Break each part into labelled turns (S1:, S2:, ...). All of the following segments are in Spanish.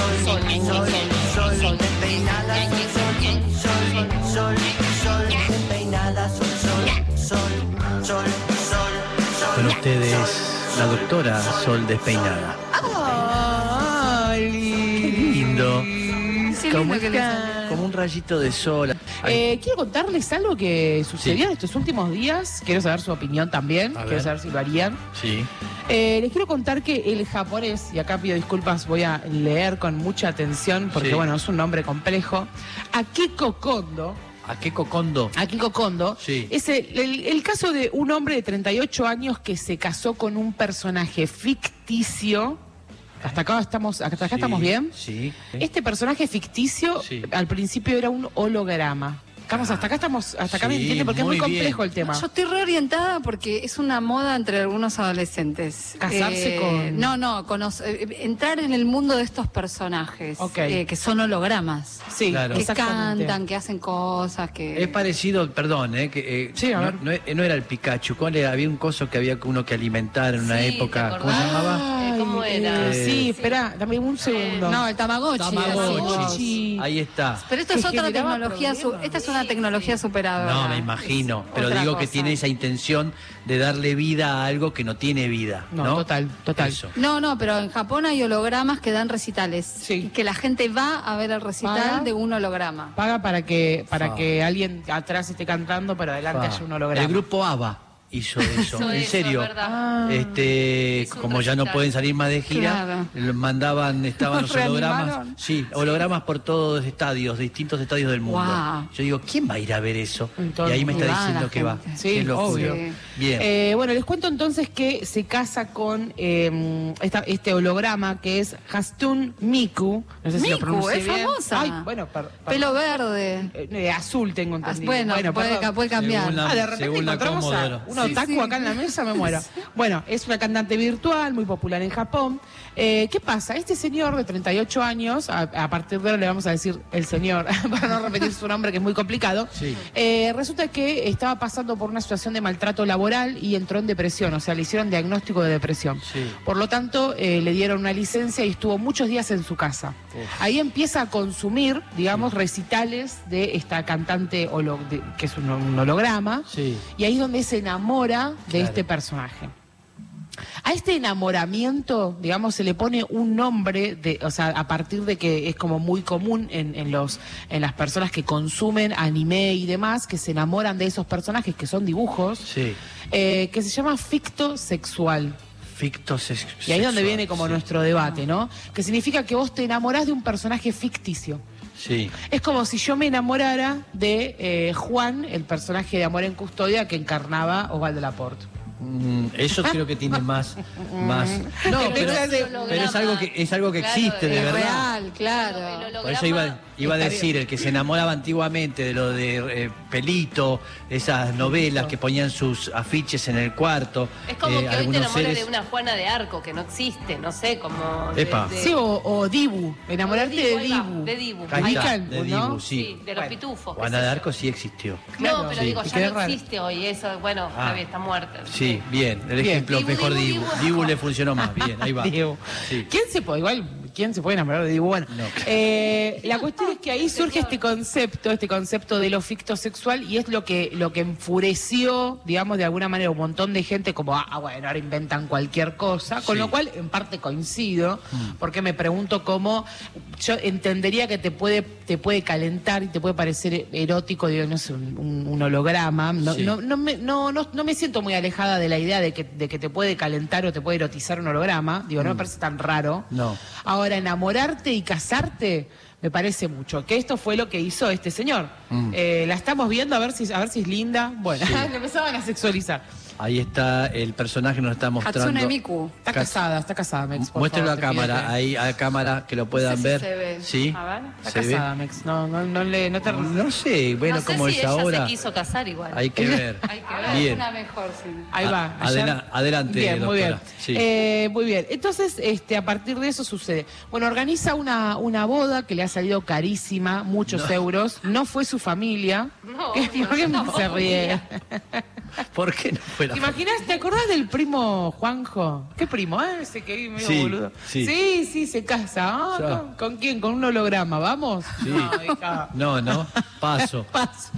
S1: sol, sol, despeinada, sol, sol, sol, sol, despeinada, sol, sol, sol, sol, sol, sol.
S2: Con ustedes, la doctora Sol Despeinada. Qué lindo.
S3: Sí,
S2: Como,
S3: lindo que les-
S2: como un rayito de sol.
S4: Eh, quiero contarles algo que sucedió en estos últimos días. Quiero saber su opinión también.
S2: A
S4: Quiero
S2: ver.
S4: saber si lo harían.
S2: Sí.
S4: Eh, les quiero contar que el japonés, y acá pido disculpas, voy a leer con mucha atención porque,
S2: Sí.
S4: bueno, es un nombre complejo. Akiko Kondo,
S2: ¿A qué cocondo?
S4: Akiko Kondo
S2: Sí.
S4: es el, el- el caso de un hombre de 38 años que se casó con un personaje ficticio. Hasta acá estamos, hasta acá
S2: Sí,
S4: estamos bien.
S2: Sí.
S4: Este personaje ficticio
S2: ¿Eh? Sí.
S4: al principio era un holograma. Estamos,
S2: Ah.
S4: hasta acá estamos, hasta acá
S2: Sí,
S4: me entiende porque
S2: muy
S4: es muy complejo
S2: bien.
S4: el tema.
S3: Yo estoy reorientada porque es una moda entre algunos adolescentes. Eh,
S4: ¿Casarse con-
S3: No, no, conoc- eh, entrar en el mundo de estos personajes
S4: Ok.
S3: eh, que son hologramas.
S4: Sí,
S2: Claro.
S3: Que
S4: exactamente.
S3: cantan, que hacen cosas, que...
S2: Es parecido, perdón, eh, que, eh,
S4: Sí, a
S2: no-
S4: ver.
S2: no, e- no era el Pikachu. ¿Cuál era? Había un coso que había uno que alimentar en una
S5: Sí, ¿te
S2: época. ¿Cómo se
S5: acordás?
S2: llamaba?
S5: Eh, ¿cómo
S4: Ay,
S5: era?
S4: eh, sí,
S2: Sí.
S4: espera, dame un segundo.
S3: No, el Tamagotchi.
S4: Ah,
S3: así.
S4: Tamagotchi.
S2: Ahí está.
S3: Pero esto
S4: Que
S3: es otra
S4: generaba
S3: tecnología, su-
S4: problemas.
S3: esta es una tecnología superadora.
S2: No, me imagino.
S3: Es
S2: Pero
S3: otra
S2: digo que
S3: cosa.
S2: tiene esa intención de darle vida a algo que no tiene vida. No,
S4: No, total, total.
S2: Eso.
S3: No, no, pero en Japón hay hologramas que dan recitales.
S4: Sí.
S3: Y que la gente va a ver el recital
S4: Para.
S3: de un holograma.
S4: Paga para que para
S2: Fa.
S4: que alguien atrás esté cantando, pero adelante haya un holograma.
S2: El grupo ABBA hizo eso.
S5: Hizo
S2: en
S5: eso,
S2: serio.
S5: es verdad.
S4: Ah,
S2: Este,
S5: Hizo un
S2: como ya no
S5: recital.
S2: pueden salir más de gira, lo mandaban, estaban los
S3: Nos
S2: hologramas,
S3: reanimaron.
S2: sí, hologramas por todos los estadios, distintos estadios del mundo.
S3: Guau.
S2: Yo digo, ¿quién va a ir a ver eso?
S4: Entonces,
S2: y ahí me está
S3: y va
S2: diciendo
S3: la
S2: que va.
S3: gente.
S4: Sí,
S2: Qué locura.
S4: obvio.
S3: Sí.
S2: Bien.
S4: Eh, bueno, les cuento entonces que se casa con eh, esta- este holograma que es Hastun Miku. No sé si lo
S3: Miku,
S4: pronuncié
S3: es
S4: bien.
S3: famosa.
S4: Ay, bueno, per- per-
S3: Pelo verde.
S4: eh, eh, azul tengo
S3: Ah,
S4: entendido.
S3: Bueno, puede,
S4: perdón.
S3: ca- puede cambiar.
S2: Según la-
S4: Ah, de repente
S2: Según la
S4: encontramos a
S2: Comodoro.
S4: un
S2: Sí,
S4: otaku
S3: sí.
S4: acá en la mesa, me muero. Bueno, es una cantante virtual, muy popular en Japón. Eh, ¿Qué pasa? Este señor de 38 años, a, a partir de ahora le vamos a decir el señor, para no repetir su nombre que es muy complicado,
S2: Sí.
S4: eh, resulta que estaba pasando por una situación de maltrato laboral y entró en depresión, o sea, le hicieron diagnóstico de depresión.
S2: Sí.
S4: Por lo tanto, eh, le dieron una licencia y estuvo muchos días en su casa. Ahí empieza a consumir, digamos, recitales de esta cantante holo- de- que es un, un holograma.
S2: Sí.
S4: Y ahí es donde se enamora de
S2: Claro.
S4: este personaje. A este enamoramiento, digamos, se le pone un nombre, de, o sea, a partir de que es como muy común en, en los, en las personas que consumen anime y demás, que se enamoran de esos personajes que son dibujos,
S2: Sí.
S4: eh, que se llama ficto sexual.
S2: Ficto sex-
S4: Y ahí es donde
S2: sexual,
S4: viene como
S2: sí.
S4: nuestro debate, ¿no? Que significa que vos te enamorás de un personaje ficticio.
S2: Sí.
S4: Es como si yo me enamorara de eh, Juan, el personaje de Amor en Custodia que encarnaba Osvaldo Laporte.
S2: Mm, eso creo que tiene más, más. No,
S5: Pero
S2: pero,
S5: es de-
S2: pero es algo que es algo que
S5: Claro,
S2: existe de
S3: Es
S2: verdad.
S3: real,
S5: El
S3: claro.
S5: holograma-
S2: Por eso iba, iba a decir, el que se enamoraba antiguamente de lo de eh, Pelito, esas novelas que ponían sus afiches en el cuarto.
S5: Es como
S2: eh,
S5: que hoy te
S2: algunos
S5: enamoras
S2: seres-
S5: de una Juana de Arco que no existe, no sé, como. de-
S2: Epa.
S5: de-
S4: Sí, o, o Dibu, enamorarte de
S5: ahí va,
S4: Dibu.
S5: de Este, Dibu.
S2: Ahí
S4: Ahí
S2: está,
S4: calvo,
S2: de
S4: ¿no?
S2: Dibu, sí.
S5: Sí, de los pitufos. qué
S2: Juana
S5: sé
S2: de
S5: yo.
S2: Arco sí existió.
S4: Claro.
S5: No, pero
S2: Sí.
S5: digo,
S4: Y queda
S5: ya no
S4: raro.
S5: existe hoy eso. Bueno,
S2: Ah.
S5: está bien, está muerta.
S2: Sí, bien, el
S4: Bien.
S2: ejemplo es
S5: Dibu,
S2: mejor
S5: Dibu,
S2: Dibu.
S5: Dibu.
S2: Dibu le funcionó más, bien, ahí va.
S4: Dibu.
S2: Sí.
S4: ¿Quién se puede, igual, quién se puede enamorar de Dibu? Bueno,
S2: No.
S4: eh, la cuestión es que ahí surge este concepto, este concepto de lo ficto sexual y es lo que, lo que enfureció, digamos, de alguna manera un montón de gente como, ah, ah, bueno, ahora inventan cualquier cosa, con
S2: Sí.
S4: lo cual en parte coincido,
S2: Mm.
S4: porque me pregunto cómo, yo entendería que te puede, te puede calentar y te puede parecer erótico, digo, no sé, un, un- un holograma, no,
S2: Sí.
S4: no, no me, no, no, no me siento muy alejada de la idea de que, de que te puede calentar o te puede erotizar un holograma. Digo, no me parece tan raro.
S2: Mm. No.
S4: Ahora, enamorarte y casarte me parece mucho. Que esto fue lo que hizo este señor. Eh, la estamos viendo a ver si, a ver si es linda. Bueno,
S2: Mm. Sí.
S4: la empezaban a sexualizar.
S2: Ahí está el personaje que nos está mostrando.
S3: Hatsune Miku.
S4: Está
S2: Cas-
S4: casada, está casada, Mex. por
S2: Muéstrelo a
S4: favor, te pido
S2: cámara,
S4: que-
S2: ahí a cámara que lo puedan
S3: si
S2: ver.
S3: se ve.
S2: Sí.
S5: A ver.
S4: Está
S2: ¿Se ve?
S4: casada, Mex. No, no, no, le, no te...
S2: No sé, bueno,
S5: no sé
S2: como
S5: si
S2: es
S5: ella
S2: ahora.
S5: se quiso casar igual.
S2: Hay que ver.
S5: Hay que ver.
S2: Bien.
S3: Una mejor, sí.
S4: Ahí
S2: A-
S4: va. allá.
S2: adela- Ah, adelante,
S4: Bien, muy bien.
S2: doctora. Sí.
S4: Eh, muy bien. Entonces, este, a partir de eso sucede. Bueno, organiza una, una boda que le ha salido carísima, muchos euros. No fue su familia.
S5: No,
S4: ¿Qué-
S5: no,
S4: ¿Por qué
S5: no,
S4: se ríe?
S2: ¿Por qué no fue la
S4: ¿Te
S2: foto?
S4: imaginas? ¿Te acordás del primo Juanjo? ¿Qué primo, eh? Ese que medio
S2: Sí,
S4: boludo.
S2: sí.
S4: sí, sí, se casa. Ah,
S2: Ya.
S4: ¿con, con quién? ¿Con un holograma? ¿Vamos?
S2: Sí.
S4: No, hija.
S2: No, no, paso.
S4: Paso.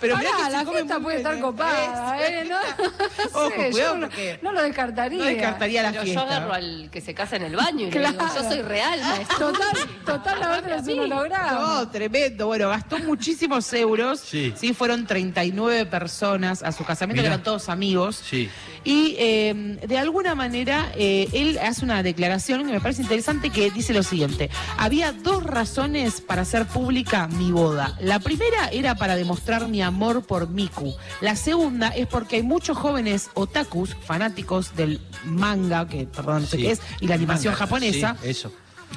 S4: Pero mirá
S3: Pará,
S4: que se
S3: la
S4: come muy
S3: fiesta
S4: ¿eh?
S3: puede estar
S4: pendiente.
S3: copada, ¿eh? No,
S4: Ojo,
S3: sé,
S4: cuidado
S3: yo no-
S4: porque-
S3: no lo descartaría.
S4: No descartaría la
S5: Pero yo
S4: fiesta.
S5: agarro al que se casa en el baño y le digo,
S3: Claro.
S5: yo soy real, maestro.
S3: Total, total, la otra es un holograma.
S4: No, tremendo. Bueno, gastó muchísimos euros.
S2: Sí.
S4: fueron 39 personas a su casamiento, que
S2: Mirá.
S4: eran todos amigos.
S2: Sí.
S4: Y eh, de alguna manera eh, él hace una declaración que me parece interesante que dice lo siguiente. Había dos razones para hacer pública mi boda. La primera era para demostrar mi amor por Miku. La segunda es porque hay muchos jóvenes otakus, fanáticos del manga, que perdón, no sé
S2: sí.
S4: qué es, y la animación
S2: Manga,
S4: japonesa
S2: sí, eso.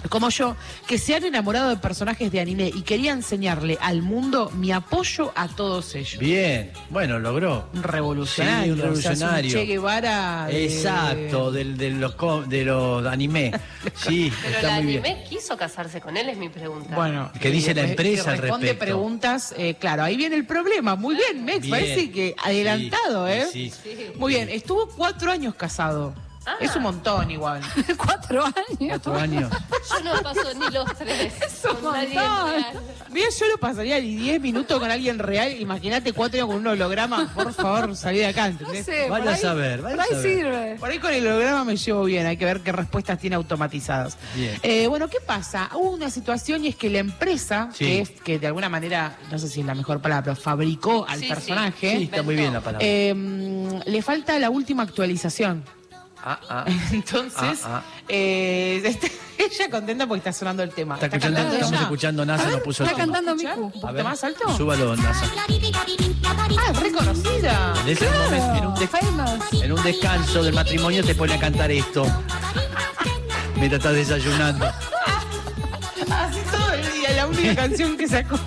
S4: como yo, que se han enamorado de personajes de anime y quería enseñarle al mundo mi apoyo a todos ellos.
S2: Bien, bueno, logró.
S4: Un revolucionario.
S2: Sí, un
S4: o sea, es
S2: revolucionario.
S4: che Guevara. eh, de-
S2: Exacto, del, de los co- de los anime. Sí,
S5: Pero el
S2: está muy
S5: anime
S2: bien.
S5: quiso casarse con él, es mi pregunta.
S4: Bueno,
S2: Que dice la
S4: que
S2: empresa al
S4: responde
S2: respecto.
S4: preguntas, eh, claro, ahí viene el problema. Muy bien, Mex,
S2: Bien.
S4: parece que adelantado,
S2: Sí,
S4: ¿eh?
S2: sí.
S4: Muy bien, estuvo cuatro años casado.
S5: Ah.
S4: Es un montón igual.
S3: Cuatro años.
S2: Cuatro años.
S5: Yo no paso ni los tres.
S4: un
S5: con nadie
S4: montón.
S5: real.
S4: Mira, yo lo pasaría ni 10 minutos con alguien real. Imagínate cuatro años con un holograma. Por favor, salí de acá.
S3: No
S4: ¿entendés?
S3: sé.
S2: Vaya
S3: por
S2: a
S3: ahí-
S2: saber, vaya
S3: por ahí
S2: a saber.
S3: sirve.
S4: Por ahí con el holograma me llevo bien, hay que ver qué respuestas tiene automatizadas.
S2: Bien.
S4: Eh, bueno, ¿qué pasa? Hubo una situación y es que la empresa,
S2: Sí.
S4: que, es- que de alguna manera, no sé si es la mejor palabra, pero fabricó al
S5: Sí, sí.
S4: personaje,
S2: Sí, está muy bien la palabra.
S4: eh, mm, le falta la última actualización.
S2: Ah, ah.
S4: Entonces,
S2: Ah, ah.
S4: eh, está- ella contenta porque está sonando el tema.
S2: Está escuchando,
S4: cantando
S2: estamos
S4: ella?
S2: escuchando NASA, nos puso
S3: está
S2: el tema.
S3: cantando
S4: ¿Escuchar?
S3: Miku.
S4: ¿Un
S2: A
S4: poquito
S2: ver,
S4: más alto?
S2: Súbalo, NASA.
S4: Ah, es reconocida.
S2: En ese momento, en un, des-
S3: Famous.
S2: en un descanso del matrimonio, te pone a cantar esto. Mientras estás desayunando.
S4: Así todo el día, la única canción que sacó.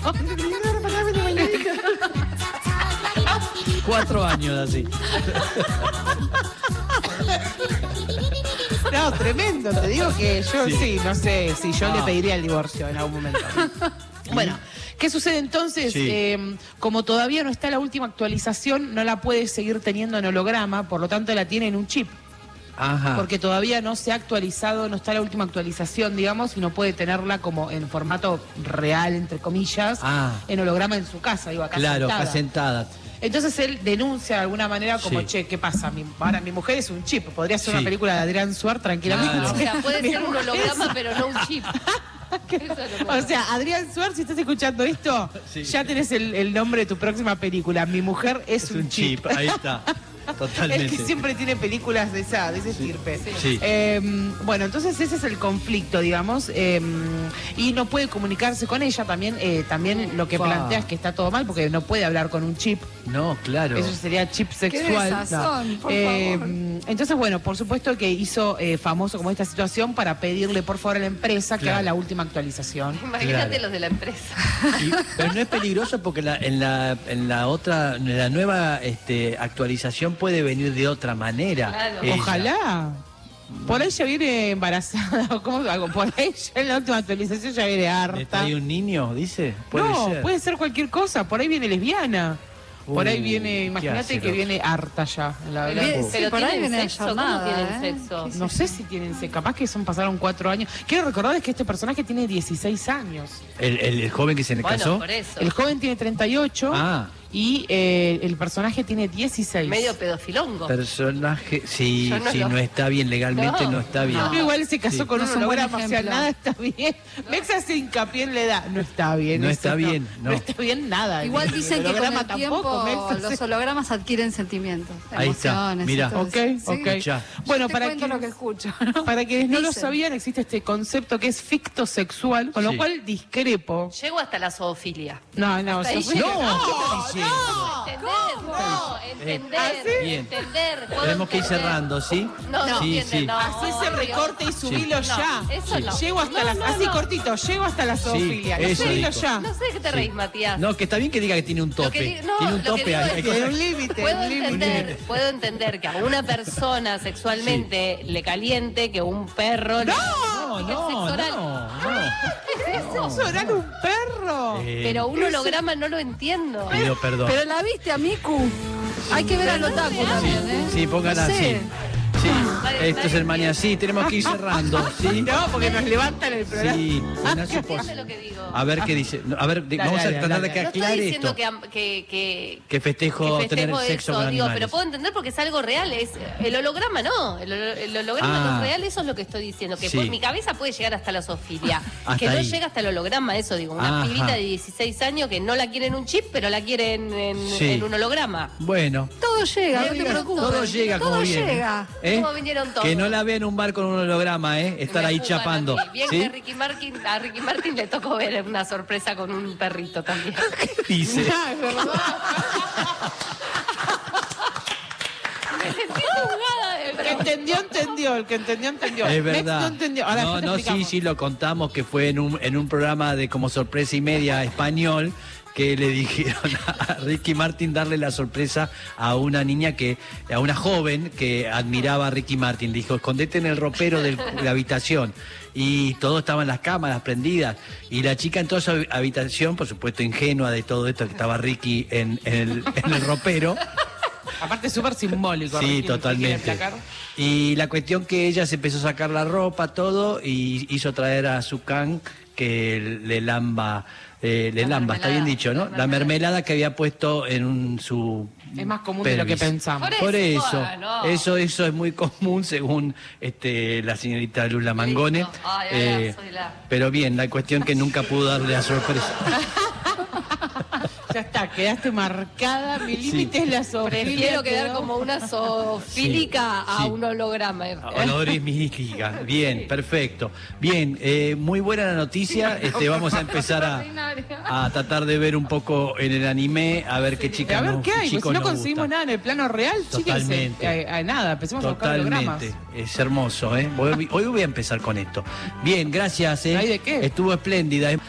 S2: Cuatro años así.
S4: No, tremendo, te digo que yo
S2: Sí. Ah.
S4: sí, no sé si yo
S2: No.
S4: le pediría el divorcio en algún momento. bueno, ¿qué sucede entonces?
S2: Sí.
S4: Eh, como todavía no está la última actualización, no la puede seguir teniendo en holograma, por lo tanto la tiene en un chip,
S2: Ajá.
S4: porque todavía no se ha actualizado, no está la última actualización, digamos, y no puede tenerla como en formato real, entre comillas,
S2: Ah.
S4: en holograma en su casa, digo, acá
S2: claro,
S4: sentada.
S2: acá sentada.
S4: Entonces él denuncia de alguna manera como,
S2: Sí.
S4: che, ¿qué pasa? Mi, ahora mi mujer es un chip, podría ser
S2: Sí.
S4: una película de Adrián Suar tranquilamente.
S2: Claro.
S5: O sea, puede
S4: Mi
S5: ser un
S4: mujer es-
S5: holograma, pero no un chip. Eso es lo
S4: O
S5: que-
S4: sea, Adrián Suar, si estás escuchando esto,
S2: Sí.
S4: ya tenés el, el nombre de tu próxima película. Mi mujer es,
S2: Es un chip, ahí está.
S4: El
S2: Totalmente.
S4: que siempre tiene películas de esa, de ese estirpe.
S2: Sí.
S4: Eh, bueno, entonces ese es el conflicto, digamos, eh, y no puede comunicarse con ella. También, eh, también lo que
S2: Fa.
S4: plantea es que está todo mal porque no puede hablar con un chip.
S2: No, claro.
S4: Eso sería chip sexual. Em,
S3: desazón, por favor.
S4: Entonces, bueno, por supuesto que hizo eh, famoso como esta situación para pedirle por favor a la empresa que
S2: Claro.
S4: haga la última actualización.
S5: Imagínate
S2: Claro.
S5: los de la empresa.
S2: Y- pero no es peligroso porque la- en, la, en la otra, en la nueva este, actualización puede venir de otra manera.
S5: Claro.
S2: ella.
S4: Ojalá. Por ahí ya viene embarazada, o ¿cómo hago? Por ahí ya en la última actualización ya viene
S2: ¿Está
S4: harta.
S2: ahí un niño, dice? Puede
S4: no,
S2: ser.
S4: puede ser cualquier cosa, por ahí viene lesbiana. Por ahí
S2: Uh,
S4: viene,
S2: ¿qué
S4: imagínate
S2: hace,
S4: que
S2: loco?
S4: viene harta ya, la verdad.
S3: Bien, sí,
S5: Pero
S3: por ahí
S5: tienen
S3: viene la
S5: sexo, ¿cómo
S3: llamada,
S5: tienen
S3: ¿eh?
S5: sexo?
S4: No sé si tienen, capaz que son pasaron cuatro años. Quiero recordarles que este personaje tiene 16 años.
S2: ¿El, el- el joven que se le
S5: Bueno,
S2: casó?
S5: por eso.
S4: El joven tiene 38
S2: Ah.
S4: y eh, el personaje tiene 16.
S5: Medio pedofilongo.
S2: Personaje, sí,
S5: Yo no
S2: sí,
S5: lo-
S2: no está bien legalmente, no,
S5: No.
S2: está bien.
S4: Pero igual se casó
S2: Sí.
S4: con
S3: No
S4: un
S3: es un buen
S4: holograma, o sea,
S3: ejemplo.
S4: nada está bien. Mex hace hincapié en la edad. No está bien.
S2: No
S4: eso
S2: está bien, no.
S4: está bien nada.
S3: Igual
S4: El
S3: dicen que con
S4: holograma
S3: el tiempo
S4: Mex,
S3: los hologramas adquieren sentimientos,
S2: Ahí está,
S3: emociones.
S2: mirá.
S3: y todo
S4: Ok,
S3: eso. Sí.
S4: ok.
S2: Escuchá.
S4: Bueno,
S3: Yo te
S4: para
S3: cuento
S4: quienes-
S3: lo que escucho. ¿no?
S4: Para quienes no lo
S3: Dicen.
S4: sabían, existe este concepto que es fictosexual, con lo
S2: Sí.
S4: cual discrepo.
S5: Llego hasta la zoofilia.
S4: No, no, o sea,
S5: ahí
S4: fue-
S5: llega.
S2: No, no.
S5: Entender, no,
S4: ¿Ah,
S5: entender,
S2: ¿así? Eh, Bien.
S5: entender. puedo
S2: Tenemos que ir
S5: entender.
S2: cerrando, ¿sí?
S5: No, no,
S2: sí,
S5: entiende,
S2: sí.
S5: no.
S4: Hacé ese recorte y subilo
S5: Sí.
S4: ya.
S5: No, eso no.
S4: Llego hasta
S5: No,
S4: la-
S5: no,
S4: así
S5: no.
S4: cortito, llego hasta la zoofilia. Lo
S2: eso
S4: subilo
S2: dijo.
S4: ya.
S5: No sé de qué te reís, Matías.
S2: No, que está bien que diga que tiene un
S5: Lo que
S2: tope.
S5: di- no,
S2: tiene un
S5: lo que
S2: tope.
S5: digo
S2: hay-
S5: es-
S2: hay
S4: Tiene
S2: cosas-
S4: un límite,
S5: Puedo
S4: un límite.
S5: entender, puedo entender que a una persona sexualmente le caliente que un perro le
S2: No,
S5: practique el sexo
S2: no,
S5: oral.
S2: no, no.
S4: ¿Vamos a orar un perro?
S2: Eh,
S5: Pero un holograma no lo entiendo.
S2: Pido perdón.
S3: Pero la viste a Miku. Hay que ver al otaku también, ¿eh?
S2: Sí, pongan
S3: No
S2: así.
S3: sé.
S2: Sí,
S5: Vale,
S2: esto es
S5: vale.
S2: el mañana. Sí, tenemos que ir cerrando. ¿sí?
S4: No, porque nos levantan el programa.
S2: Sí, buena
S5: Fíjate lo
S2: supos-
S5: que digo.
S2: A ver qué dice. No, A ver, di-
S4: Dale,
S2: vamos a
S4: dale,
S2: tratar de
S4: dale.
S2: que
S5: no estoy
S2: aclare
S5: diciendo
S2: esto.
S5: que, am- que, que,
S2: Que festejo
S5: que
S2: tener
S5: festejo
S2: sexo
S5: eso,
S2: con
S5: digo, pero
S2: animales.
S5: puedo entender porque es algo real, es el holograma no, el, holo- el holograma
S2: Ah.
S5: no es real, eso es lo que estoy diciendo, que
S2: Sí.
S5: por mi cabeza puede llegar hasta la zoofilia,
S2: Hasta
S5: que no
S2: ahí.
S5: llega hasta el holograma, eso digo, una
S2: Ajá.
S5: pibita de 16 años que no la quiere en un chip, pero la quiere en, en-
S2: Sí.
S5: en un holograma.
S2: Bueno.
S3: Todo llega, no te
S5: Llega,
S3: preocupes.
S2: Todo llega como
S3: Todo
S2: viene.
S3: llega.
S2: ¿eh?
S5: Como vinieron todos.
S2: Que no la vea en un bar con un holograma, ¿eh? Estar
S5: Me
S2: ahí
S5: ocupan
S2: chapando.
S5: a mí. Bien
S2: ¿sí?
S5: que Ricky Martin, a Ricky Martin le tocó ver una sorpresa con un perrito también.
S2: Dice.
S4: Ah, es verdad.
S5: Me sentí jugada de
S4: El que entendió, entendió. El que entendió, entendió.
S2: Es
S4: Next
S2: verdad.
S4: no entendió. Ahora
S2: no,
S4: después te
S2: no, sí,
S4: explicamos.
S2: sí, lo contamos que fue en un, en un programa de como sorpresa y media español que le dijeron a Ricky Martin darle la sorpresa a una niña que, a una joven que admiraba a Ricky Martin. Le dijo, escondete en el ropero del- de la habitación. Y todos estaban las cámaras prendidas. Y la chica entró a su habitación, por supuesto ingenua de todo esto, que estaba Ricky en- en el- en el ropero.
S4: Aparte, es súper simbólico.
S2: Sí,
S4: Ricky, ¿no te quiere
S2: totalmente.
S4: aplacar?
S2: Y la cuestión que ella se empezó a sacar la ropa, todo, y hizo traer a su can que le lamba, eh, le
S5: La
S2: lamba, está bien
S5: mermelada,
S2: dicho, ¿no?
S5: la
S2: La mermelada que había puesto en un, su...
S4: Es más común de lo que
S2: pelvis.
S4: pensamos.
S2: Por eso,
S5: Ah, no.
S2: eso, eso es muy común según este, la señorita Lula Mangone. Eh,
S5: Listo. Ay, ay, ay, soy la-
S2: Pero bien, la cuestión que nunca pudo darle la sorpresa.
S4: Ya está, quedaste marcada. Mi
S2: Sí.
S4: límite es la sobre.
S5: Prefiero quedar como una zoofílica
S2: Sí,
S5: a
S2: sí. Ah,
S5: un holograma.
S2: Honores mis ligas. Bien, perfecto. Bien, eh, muy buena la noticia. Este, vamos a empezar a, a tratar de ver un poco en el anime, a ver qué chicas
S4: A ver
S2: nos-
S4: qué hay, pues si
S2: chicos
S4: no
S2: nos
S4: conseguimos
S2: gustan.
S4: nada en el plano real, chíquense.
S2: Totalmente.
S4: eh, A, a nada, empecemos a buscar hologramas.
S2: Totalmente, es hermoso, ¿eh? Hoy, hoy voy a empezar con esto. Bien, gracias, ¿eh?
S4: No hay de qué.
S2: Estuvo espléndida. ¿eh?